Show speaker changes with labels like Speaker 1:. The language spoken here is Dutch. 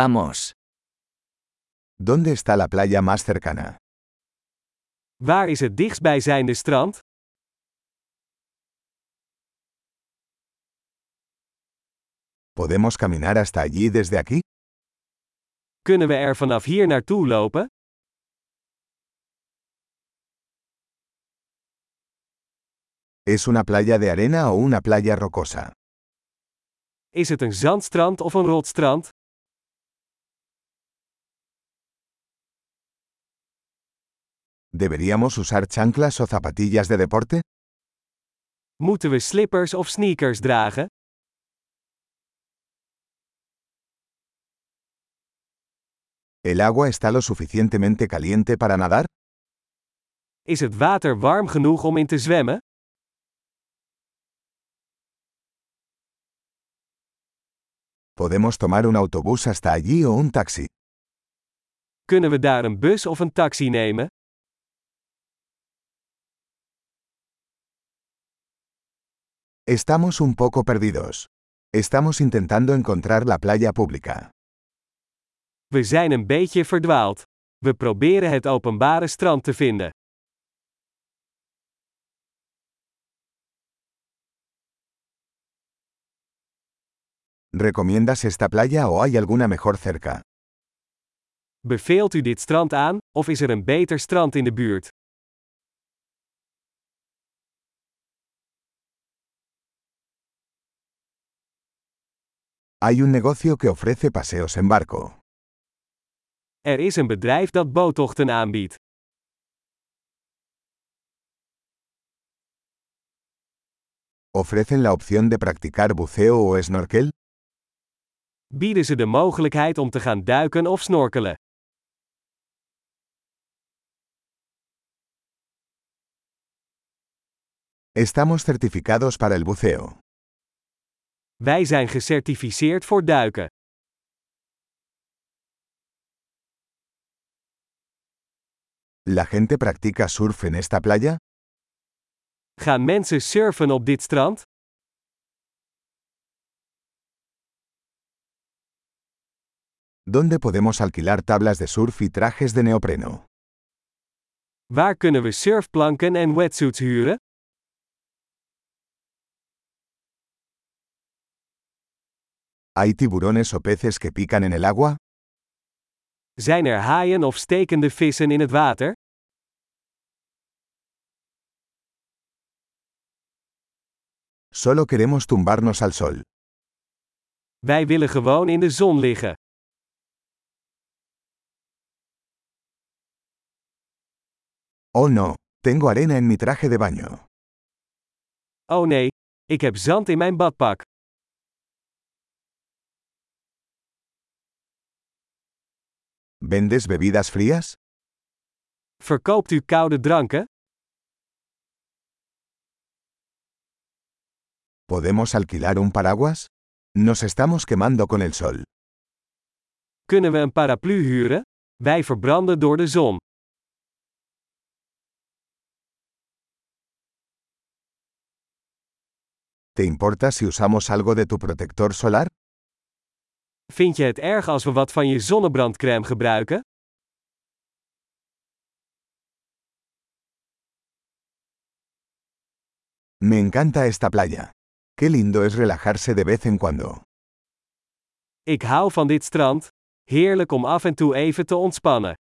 Speaker 1: Vamos.
Speaker 2: ¿Dónde está la playa más cercana?
Speaker 3: Waar is het dichtstbijzijnde strand?
Speaker 2: ¿Podemos caminar hasta allí desde aquí?
Speaker 3: Kunnen we er vanaf hier naartoe lopen?
Speaker 2: ¿Es una playa de arena o una playa rocosa?
Speaker 3: Is het een zandstrand of een rotstrand?
Speaker 2: ¿Deberíamos usar chanclas o zapatillas de deporte?
Speaker 3: Moeten we slippers of sneakers dragen?
Speaker 2: ¿El agua está lo suficientemente caliente para nadar?
Speaker 3: Is het water warm genoeg om in te zwemmen?
Speaker 2: ¿Podemos tomar un autobús hasta allí o un taxi?
Speaker 3: Kunnen we daar een bus of een taxi nemen?
Speaker 2: Estamos un poco perdidos. Estamos intentando encontrar la playa pública.
Speaker 3: We zijn een beetje verdwaald. We proberen het openbare strand te vinden.
Speaker 2: ¿Recomiendas esta playa o hay alguna mejor cerca?
Speaker 3: Beveelt u dit strand aan, of is er een beter strand in de buurt?
Speaker 2: Hay un negocio que ofrece paseos en barco.
Speaker 3: Er is een bedrijf dat boottochten aanbiedt.
Speaker 2: ¿Ofrecen la opción de practicar buceo o snorkel?
Speaker 3: Bieden ze de mogelijkheid om te gaan duiken of snorkelen?
Speaker 2: Estamos certificados para el buceo.
Speaker 3: Wij zijn gecertificeerd voor duiken.
Speaker 2: ¿La gente practica surf en esta playa?
Speaker 3: Gaan mensen surfen op dit strand?
Speaker 2: ¿Dónde podemos alquilar tablas de surf y trajes de neopreno?
Speaker 3: Waar kunnen we surfplanken en wetsuits huren?
Speaker 2: ¿Hay tiburones o peces que pican en el agua?
Speaker 3: Zijn er haaien of stekende vissen in het water?
Speaker 2: Solo queremos tumbarnos al sol.
Speaker 3: Wij willen gewoon in de zon liggen.
Speaker 2: Oh no, tengo arena en mi traje de baño.
Speaker 3: Oh nee, ik heb zand in mijn badpak.
Speaker 2: ¿Vendes bebidas frías?
Speaker 3: Verkoopt u koude dranken?
Speaker 2: ¿Podemos alquilar un paraguas? Nos estamos quemando con el sol.
Speaker 3: Kunnen we een paraplu huren? Wij verbranden door de zon.
Speaker 2: ¿Te importa si usamos algo de tu protector solar?
Speaker 3: Vind je het erg als we wat van je zonnebrandcrème gebruiken?
Speaker 2: Me encanta esta playa. Qué lindo es relajarse de vez en cuando.
Speaker 3: Ik hou van dit strand. Heerlijk om af en toe even te ontspannen.